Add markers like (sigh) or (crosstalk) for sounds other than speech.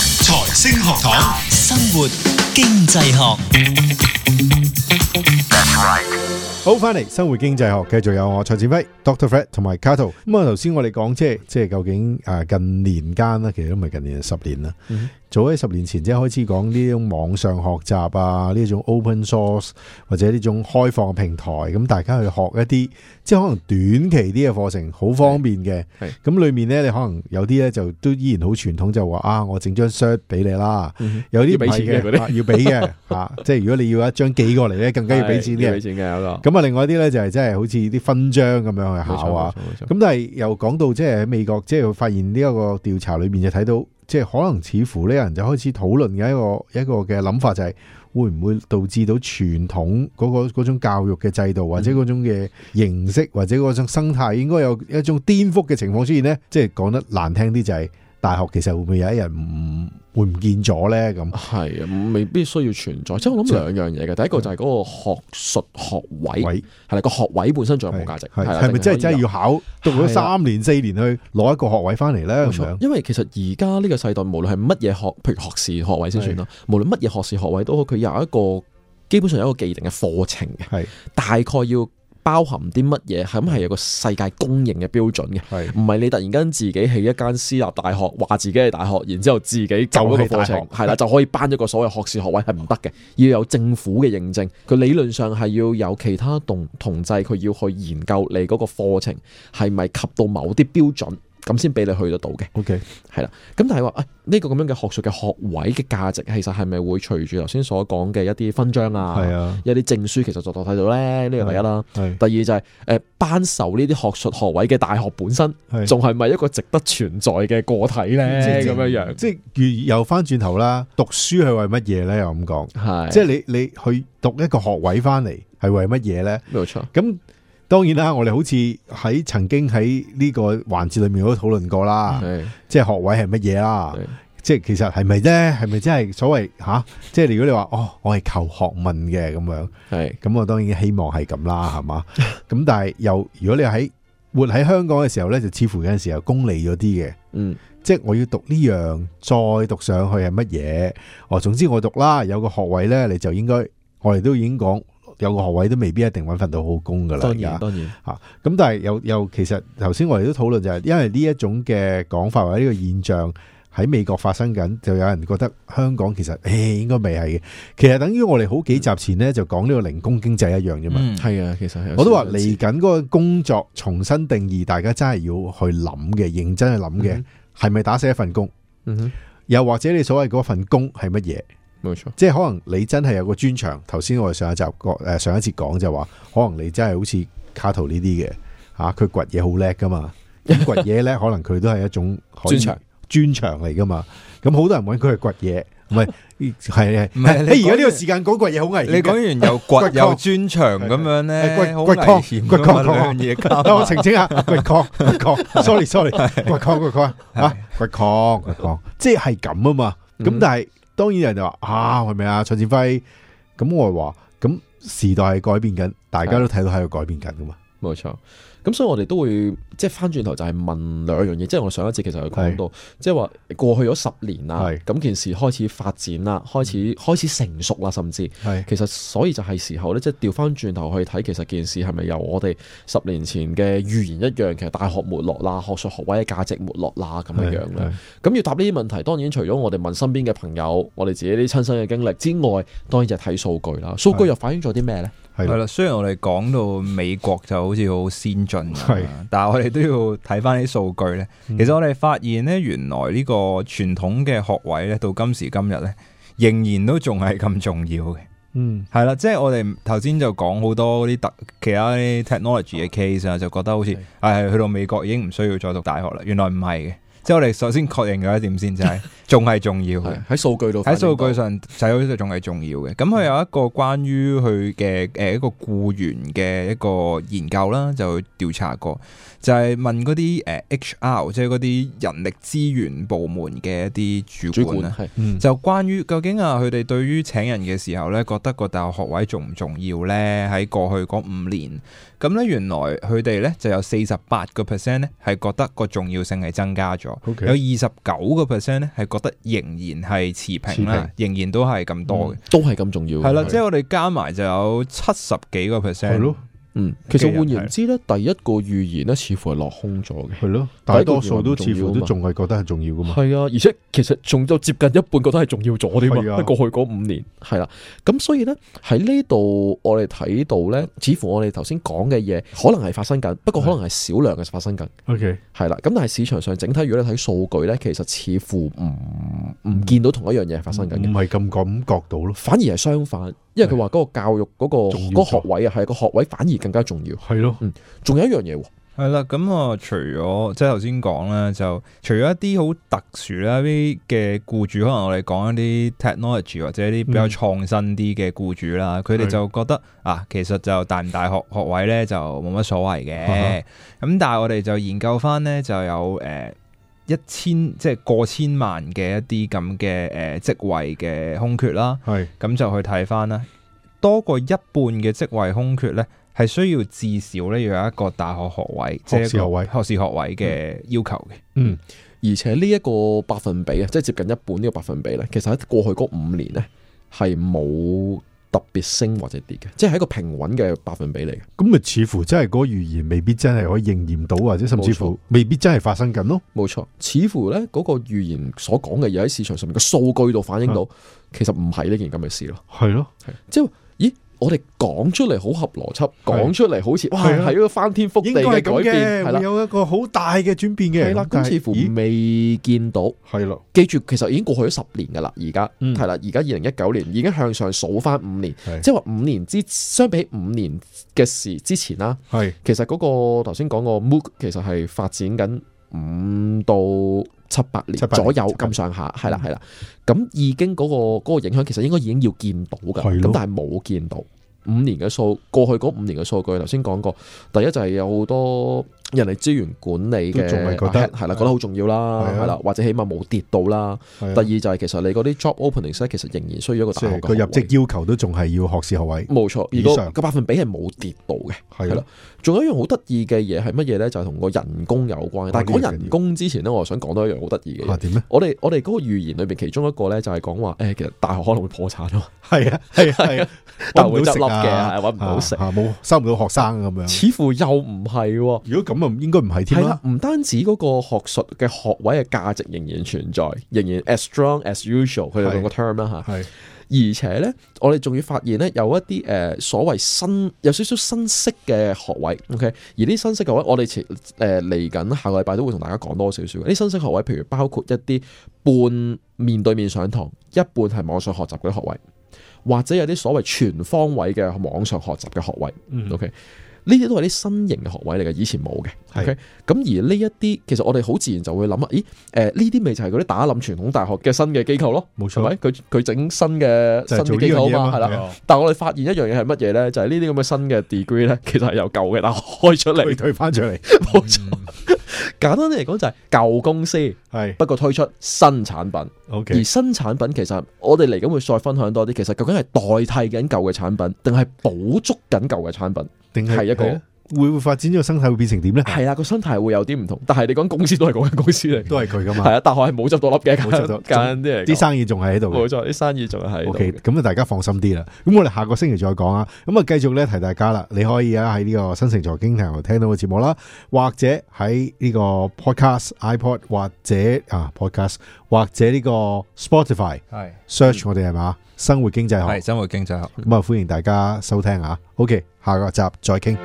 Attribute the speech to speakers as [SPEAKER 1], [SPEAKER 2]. [SPEAKER 1] 星學堂，
[SPEAKER 2] 生活經濟學，
[SPEAKER 3] 好，翻嚟生活經濟學，繼續有我蔡展輝、Doctor Fred 同埋 Cato。咁啊，頭先我哋講即係即係究竟誒近年間啦，其實都唔係近年，十年啦。
[SPEAKER 1] 嗯
[SPEAKER 3] 早喺十年前即係開始講呢種網上學習啊，呢種 open source 或者呢種開放平台，咁大家去學一啲即係可能短期啲嘅課程，好方便嘅
[SPEAKER 1] 係係。
[SPEAKER 3] 咁裏面呢，你可能有啲呢就都依然好傳統，就話啊，我整張 cert 俾你啦。有
[SPEAKER 1] 嗯要
[SPEAKER 3] 啲
[SPEAKER 1] 俾
[SPEAKER 3] 唔係
[SPEAKER 1] 錢嘅嗰啲
[SPEAKER 3] 啊要俾嘅嚇，即係如果你要一張寄過嚟呢，更加要俾錢
[SPEAKER 1] 係要
[SPEAKER 3] 嘅
[SPEAKER 1] 俾。錢嘅有個。
[SPEAKER 3] 咁啊，另外一啲咧就係真係好似啲勳章咁樣去
[SPEAKER 1] 冇
[SPEAKER 3] 考啊
[SPEAKER 1] 錯，。冇錯冇錯
[SPEAKER 3] 咁但係又講到即係喺美國，即係發現呢一個調查裏面就睇到，即係可能似乎呢有人就開始討論嘅一個一個嘅諗法就係會唔會導致到傳統嗰、個嗰種教育嘅制度
[SPEAKER 1] 嗯
[SPEAKER 3] 或者嗰種嘅形式或者嗰種生態應該有一種顛覆嘅情況出現呢？即係講得難聽啲就係大學其實會唔會有一日唔會唔見咗呢？咁
[SPEAKER 1] 係啊，未必需要存在。即係我諗
[SPEAKER 3] 即係嗯
[SPEAKER 1] 兩樣嘢嘅，第一個就係嗰個學術學位，
[SPEAKER 3] 喂
[SPEAKER 1] 係啦，個學位本身仲有冇價值？
[SPEAKER 3] 嗯係
[SPEAKER 1] 啦
[SPEAKER 3] 係咪真係真係？
[SPEAKER 1] 定可以有
[SPEAKER 3] 要考讀咗
[SPEAKER 1] 係啦
[SPEAKER 3] 三年四年去攞一個學位翻嚟呢？
[SPEAKER 1] 冇
[SPEAKER 3] 咁樣
[SPEAKER 1] 錯，因為其實而家呢個世代，無論係乜嘢學，譬如學士學位先算啦，無論乜嘢學士學位都好，佢有一個基本上有一個既定嘅課程嘅，
[SPEAKER 3] 係
[SPEAKER 1] 大概要包含啲乜嘢，咁係有個世界公認嘅標準嘅。
[SPEAKER 3] 係。
[SPEAKER 1] 唔係你突然間自己起一間私立大學，話自己係大學，然之後自己就一個課
[SPEAKER 3] 就係大
[SPEAKER 1] 程，
[SPEAKER 3] 學
[SPEAKER 1] 係啦，就可以頒一個所謂學士學位係唔得嘅，要有政府嘅認證。佢理論上係要有其他同同制，佢要去研究你嗰個課程係咪及到某啲標準，咁先俾你去得到嘅。
[SPEAKER 3] O K，
[SPEAKER 1] 係啦，咁但係話，誒、啊呢、個咁樣嘅學術嘅學位嘅價值，其實係咪會隨住頭先所講嘅一啲勳章
[SPEAKER 3] 係
[SPEAKER 1] 啊，
[SPEAKER 3] 啊，
[SPEAKER 1] 一啲證書，其實就代替到咧？呢個第一啦。
[SPEAKER 3] 係啊
[SPEAKER 1] 第二就係、誒、頒授呢啲學術學位嘅大學本身，
[SPEAKER 3] 係，
[SPEAKER 1] 仲係嗯咪一個值得存在嘅個體咧？
[SPEAKER 3] 即
[SPEAKER 1] 咁樣樣，
[SPEAKER 3] 即係越又翻轉頭啦，讀書係為乜嘢咧？又咁講，
[SPEAKER 1] 係
[SPEAKER 3] 即係你你去讀一個學位翻嚟係為乜嘢咧？
[SPEAKER 1] 冇錯，
[SPEAKER 3] 咁當然啦，我哋好似喺曾經喺呢個環節裏面都討論過啦，
[SPEAKER 1] 係
[SPEAKER 3] 即係學位係乜嘢啦
[SPEAKER 1] 係？
[SPEAKER 3] 即係其實係咪啫？係咪真係所謂吓？即係如果你話哦，我係求學問嘅咁樣。
[SPEAKER 1] 係
[SPEAKER 3] 咁我當然希望係咁啦，係嘛？ (laughs) 咁但係又如果你喺活喺香港嘅時候呢，就似乎有陣時候功利咗啲嘅，
[SPEAKER 1] 嗯
[SPEAKER 3] 即係我要讀呢樣，再讀上去係乜嘢？哦，總之我讀啦，有個學位呢，你就應該，我哋都已經講有個學位都未必一定揾份到好工噶啦，
[SPEAKER 1] 當
[SPEAKER 3] 而家
[SPEAKER 1] 然當然
[SPEAKER 3] 咁但係又又其實頭先我哋都討論就係，因為呢一種嘅講法或者呢個現象喺美國發生緊，就有人覺得香港其實誒、欸、應該未係嘅。其實等於我哋好幾集前呢，就講呢個零工經濟一樣啫嘛。
[SPEAKER 2] 嗯，
[SPEAKER 1] 係啊，其實係有
[SPEAKER 3] 我都
[SPEAKER 1] 少
[SPEAKER 3] 話
[SPEAKER 1] 少
[SPEAKER 3] 嚟緊嗰個工作重新定義，大家真係要去諗嘅，認真去諗嘅
[SPEAKER 1] 嗯，
[SPEAKER 3] 係咪、打死一份工？
[SPEAKER 1] 嗯哼
[SPEAKER 3] 又或者你所謂嗰份工係乜嘢？
[SPEAKER 1] 冇錯，
[SPEAKER 3] 即係可能你真係有個專長。頭先我哋上一集講誒上一節講就話，可能你真係好似卡圖呢啲嘅嚇，佢、掘嘢好叻噶嘛。咁掘嘢咧，可能佢都係一種可以
[SPEAKER 1] 專長
[SPEAKER 3] 專長嚟噶嘛。咁好多人揾佢去掘嘢，唔係係係。
[SPEAKER 2] 唔係你
[SPEAKER 3] 誒而家呢個
[SPEAKER 2] 講
[SPEAKER 3] 時間講掘嘢好危險嘅。
[SPEAKER 2] 你講完又
[SPEAKER 3] (laughs) 骨
[SPEAKER 2] 掘又
[SPEAKER 3] 抗
[SPEAKER 2] 專長咁樣
[SPEAKER 3] 係
[SPEAKER 2] 咧，
[SPEAKER 3] 骨
[SPEAKER 2] 好
[SPEAKER 3] 骨
[SPEAKER 2] 危
[SPEAKER 3] 抗
[SPEAKER 2] 險
[SPEAKER 3] 骨
[SPEAKER 2] 噶嘛，
[SPEAKER 3] 抗
[SPEAKER 2] 兩嘢
[SPEAKER 3] (laughs)
[SPEAKER 2] 加
[SPEAKER 3] 等我
[SPEAKER 2] 埋
[SPEAKER 3] 澄清下，掘礦掘礦，sorry sorry，掘礦掘礦啊，掘礦掘礦，即係咁啊嘛。咁
[SPEAKER 1] 嗯
[SPEAKER 3] 但係當然有人就話啊，係咪啊，蔡展輝？咁我就話咁時代係改變緊，大家都睇到喺度改變緊噶嘛。
[SPEAKER 1] 冇錯。咁所以我哋都會即係翻轉頭就係問兩樣嘢，即係我上一節其實有講到，即係話過去咗十年啦
[SPEAKER 3] 係，
[SPEAKER 1] 咁件事開始發展啦，開始開始成熟啦，甚至。
[SPEAKER 3] 係
[SPEAKER 1] 其實所以就係時候咧，即係調翻轉頭去睇，其實件事係咪由我哋十年前嘅預言一樣，其實大學沒落啦，學術學位嘅價值沒落啦咁樣樣咧。咁要答呢啲問題，當然除咗我哋問身邊嘅朋友，我哋自己啲親身嘅經歷之外，當然就係睇數據啦。數據又反映咗啲咩呢？
[SPEAKER 3] 係
[SPEAKER 2] 係啦，雖然我哋講到美國就好似好先進咁
[SPEAKER 3] 係
[SPEAKER 2] 啊，但係我哋都要睇翻啲數據咧。
[SPEAKER 3] 嗯
[SPEAKER 2] 其實我哋發現咧，原來呢個傳統嘅學位咧，到今時今日咧，仍然都仲係咁重要嘅。
[SPEAKER 3] 嗯
[SPEAKER 2] 係啦，即係我哋頭先就講好多啲特其他啲 technology 嘅 case 啊，就覺得好似
[SPEAKER 1] 哦係
[SPEAKER 2] 係去到美國已經唔需要再讀大學啦。原來唔係嘅，即係我哋首先確認咗一點先，就
[SPEAKER 1] (laughs)
[SPEAKER 2] 係仲係重要嘅
[SPEAKER 1] 係。喺數據度反
[SPEAKER 2] 喺
[SPEAKER 1] 映到，
[SPEAKER 2] 數據上仔女就仲係重要嘅。咁
[SPEAKER 1] 嗯
[SPEAKER 2] 佢有一個關於佢嘅誒一個僱員嘅一個研究啦，就調查過，就係、問嗰啲誒 HR，即係嗰啲人力資源部門嘅一啲主
[SPEAKER 1] 主
[SPEAKER 2] 管啊
[SPEAKER 1] 管
[SPEAKER 2] 啦。
[SPEAKER 1] 係
[SPEAKER 3] 嗯
[SPEAKER 2] 就關於究竟啊，佢哋對於請人嘅時候咧，覺得個大學學位重唔重要咧？喺過去嗰五年，咁咧原來佢哋咧就有四十八個 percent 咧係覺得個重要性係增加咗，咗。
[SPEAKER 3] OK
[SPEAKER 2] 有二十九個 percent 咧，係覺得仍然係持平啦，仍然都係咁多嘅。
[SPEAKER 1] 都係咁重要。
[SPEAKER 2] 係啦，即係我哋加埋就有七十幾個 percent。
[SPEAKER 3] 嗯係咯，
[SPEAKER 1] 嗯，其實
[SPEAKER 2] 嘅人
[SPEAKER 1] 換言之咧，第一個預言咧，似乎係落空咗嘅。
[SPEAKER 3] 係咯，大多數都似乎都仲係覺得係重啊要噶嘛。
[SPEAKER 1] 係啊，而且其實仲有接近一半覺得係重要咗添嘛，
[SPEAKER 3] 係啊
[SPEAKER 1] 喺過去嗰五年係啦。咁所以呢，喺呢度我哋睇到呢，似乎我哋頭先講嘅嘢可能係發生緊，不過可能係少量嘅發生緊，
[SPEAKER 3] OK，
[SPEAKER 1] 係啦。咁但係市場上整體如果你睇數據呢，其實似乎唔唔見到同一樣嘢係發生緊嘅
[SPEAKER 3] 唔。係咁感覺到咯，
[SPEAKER 1] 反而係相反，因為佢話嗰個教育嗰、個
[SPEAKER 3] 重要咗
[SPEAKER 1] 嗰個學位啊，係個學位反而更加重要。
[SPEAKER 3] 係咯，
[SPEAKER 1] 仲有一樣嘢喎，
[SPEAKER 2] 係啦，咁啊，除咗即係頭先講啦，就除咗一啲好特殊啦啲嘅僱主，可能我哋講一啲 technology 或者一啲比較
[SPEAKER 3] 嗯
[SPEAKER 2] 創新啲嘅僱主啦，佢哋、
[SPEAKER 3] 係
[SPEAKER 2] 就覺得啊，其實就大唔大學學位咧就冇乜所謂嘅。
[SPEAKER 3] 哈
[SPEAKER 2] 咁、但係我哋就研究翻咧，就有誒。呃一千即係過千萬嘅一啲咁嘅誒呃職位嘅空缺啦，
[SPEAKER 3] 係
[SPEAKER 2] 咁就去睇翻啦。多過一半嘅職位空缺咧，係需要至少咧要有一個大學學位，即係一個
[SPEAKER 3] 學士學位
[SPEAKER 2] 學士學位嘅要求嘅。
[SPEAKER 3] 嗯
[SPEAKER 1] 而且呢一個百分比啊，即係接近一半呢個百分比呢，其實喺過去嗰五年呢，係冇特別升或者跌嘅，即係係一個平穩嘅百分比嚟嘅。
[SPEAKER 3] 咁咪似乎真係嗰個預言未必真係可以應驗到，或者甚至乎未必真係發生緊咯。
[SPEAKER 1] 冇錯，似乎呢嗰個預言所講嘅嘢喺市場上面嘅數據度反映
[SPEAKER 3] 啊
[SPEAKER 1] 到，其實唔係呢件咁嘅事咯。
[SPEAKER 3] 係咯，
[SPEAKER 1] 即係話咦，我哋講出嚟好合邏輯，
[SPEAKER 3] 係
[SPEAKER 1] 講出嚟好似哇
[SPEAKER 3] 係啊
[SPEAKER 1] 係一個翻天覆
[SPEAKER 3] 應
[SPEAKER 1] 地
[SPEAKER 3] 該係
[SPEAKER 1] 嘅改
[SPEAKER 3] 咁
[SPEAKER 1] 變，係
[SPEAKER 3] 嘅，
[SPEAKER 1] 啦
[SPEAKER 3] 會。有一個好大嘅轉變嘅。
[SPEAKER 1] 係啦，
[SPEAKER 3] 但
[SPEAKER 1] 咁似乎
[SPEAKER 3] 咦
[SPEAKER 1] 未見到。
[SPEAKER 3] 係咯，
[SPEAKER 1] 記住，其實已經過去咗十年㗎啦，而家
[SPEAKER 3] 嗯
[SPEAKER 1] 係啦，而家二零一九年已經向上數翻五年
[SPEAKER 3] 係，
[SPEAKER 1] 即係話五年之相比五年嘅事之前啦，
[SPEAKER 3] 係
[SPEAKER 1] 其實嗰、個頭先講個 MOOC 其實係發展緊五到七八年
[SPEAKER 3] 七八年
[SPEAKER 1] 左右
[SPEAKER 3] 七八年嗯
[SPEAKER 1] 咁上下，係啦係啦，咁已經嗰、個嗰個影響其實應該已經要見到
[SPEAKER 3] 係
[SPEAKER 1] 㗎，
[SPEAKER 3] 咯
[SPEAKER 1] 咁但係冇見到。五年嘅數，過去嗰五年嘅數據，頭先講過，第一就係有好多人力資源管理
[SPEAKER 3] 都
[SPEAKER 1] 嘅，啊
[SPEAKER 3] 仲係覺得
[SPEAKER 1] 係啦，覺得好重要啦，
[SPEAKER 3] 係啊
[SPEAKER 1] 係啦，或者起碼冇跌到啦。
[SPEAKER 3] 係啊
[SPEAKER 1] 第二就係其實你嗰啲 job openings 咧，其實仍然需要一個大
[SPEAKER 3] 即
[SPEAKER 1] 學嘅
[SPEAKER 3] 係佢
[SPEAKER 1] 學
[SPEAKER 3] 入
[SPEAKER 1] 位
[SPEAKER 3] 職要求都仲係要學士學位，
[SPEAKER 1] 冇錯，
[SPEAKER 3] 以
[SPEAKER 1] 而個
[SPEAKER 3] 上
[SPEAKER 1] 個百分比係冇跌到嘅。
[SPEAKER 3] 係
[SPEAKER 1] 係啦
[SPEAKER 3] 咯，
[SPEAKER 1] 仲有一樣好得意嘅嘢係乜嘢咧？就係同個人工有關。但係講人工之前咧，我想講多一樣好得意嘅
[SPEAKER 3] 啊
[SPEAKER 1] 嘢。
[SPEAKER 3] 點咧？
[SPEAKER 1] 我哋我哋嗰個預言裏邊其中一個咧，就係講話誒，其實大學可能會破 (laughs) 產咯，
[SPEAKER 3] 係啊係啊係啊，
[SPEAKER 1] (laughs) 但
[SPEAKER 3] 搵
[SPEAKER 1] 係
[SPEAKER 3] 唔
[SPEAKER 1] 會
[SPEAKER 3] 到
[SPEAKER 1] 執
[SPEAKER 3] 食
[SPEAKER 1] 笠嘅，
[SPEAKER 3] 啊
[SPEAKER 1] 係揾唔到食。啊
[SPEAKER 3] 啊冇收唔到學生咁樣。
[SPEAKER 1] 似乎又唔係喎。
[SPEAKER 3] 如果咁啊，應該唔係
[SPEAKER 1] 係
[SPEAKER 3] 添
[SPEAKER 1] 啦
[SPEAKER 3] 啦，，
[SPEAKER 1] 唔單止嗰個學術嘅學位嘅價值仍然存在，仍然 as strong as usual，佢哋用個 term 啦嚇。
[SPEAKER 3] 係
[SPEAKER 1] 而且咧，我哋仲要發現咧，有一啲誒、呃所謂新有少少新式嘅學位，OK。而啲新式學位，我哋前誒嚟緊下個禮拜都會同大家講多少少嘅。啲新式學位，譬如包括一啲半面對面上堂，一半係網上學習嘅學位，或者有啲所謂全方位嘅網上學習嘅學位。
[SPEAKER 3] 嗯
[SPEAKER 1] OK，呢啲都係啲新型嘅學位嚟嘅，以前冇嘅。
[SPEAKER 3] 係
[SPEAKER 1] OK，咁而呢一啲其實我哋好自然就會諗啊，咦？誒呢啲咪就係嗰啲打冧傳統大學嘅新嘅機構咯，
[SPEAKER 3] 冇
[SPEAKER 1] 係
[SPEAKER 3] 錯
[SPEAKER 1] 咪？佢佢整新嘅
[SPEAKER 3] 就
[SPEAKER 1] 新
[SPEAKER 3] 係做
[SPEAKER 1] 嘅
[SPEAKER 3] 呢
[SPEAKER 1] 機
[SPEAKER 3] 樣
[SPEAKER 1] 構
[SPEAKER 3] 嘢
[SPEAKER 1] 啊
[SPEAKER 3] 啊
[SPEAKER 1] 嘛，係啦。
[SPEAKER 3] 嘛，係啊
[SPEAKER 1] 但係我哋發現一樣嘢係乜嘢咧？就係呢啲咁嘅新嘅 degree 咧，其實係由舊嘅大學開出
[SPEAKER 3] 佢
[SPEAKER 1] 嚟。
[SPEAKER 3] 退翻出嚟，
[SPEAKER 2] 嗯
[SPEAKER 1] 冇錯，簡單啲嚟講就係舊公司，
[SPEAKER 3] 係
[SPEAKER 1] 不過推出新產品。而
[SPEAKER 3] OK
[SPEAKER 1] 新產品其實我哋嚟緊會再分享多啲，其實究竟係代替緊舊嘅產品，定係補足緊舊嘅產品？
[SPEAKER 3] 定
[SPEAKER 1] 係一個
[SPEAKER 3] 啊會唔會發展呢個生態會變成點咧？
[SPEAKER 1] 係啦，個生態會有啲唔同，但係你講公司都係嗰間公司嚟，
[SPEAKER 3] 都係佢噶嘛
[SPEAKER 1] 係，啊，大學係冇執到笠嘅，
[SPEAKER 3] 冇執到
[SPEAKER 1] 簡單啲嚟
[SPEAKER 3] 啲
[SPEAKER 1] 講，
[SPEAKER 3] 生意仲係喺度嘅。
[SPEAKER 1] 冇錯，啲生意仲係喺度
[SPEAKER 3] O
[SPEAKER 1] 嘅
[SPEAKER 3] K，咁啊，大家放心啲啦。咁我哋下個星期再講啊。咁啊，繼續咧提大家啦，你可以啊喺呢個新城財經台聽到嘅節目啦，或者喺呢個 Podcast、iPod 或者啊 Podcast 或者呢個 Spotify
[SPEAKER 2] 係
[SPEAKER 3] search
[SPEAKER 1] 嗯
[SPEAKER 3] 我哋係嘛生活經濟
[SPEAKER 2] 係
[SPEAKER 3] 學，
[SPEAKER 2] 生活經濟學。
[SPEAKER 3] 咁啊歡迎大家收聽啊。O K，下個集再傾。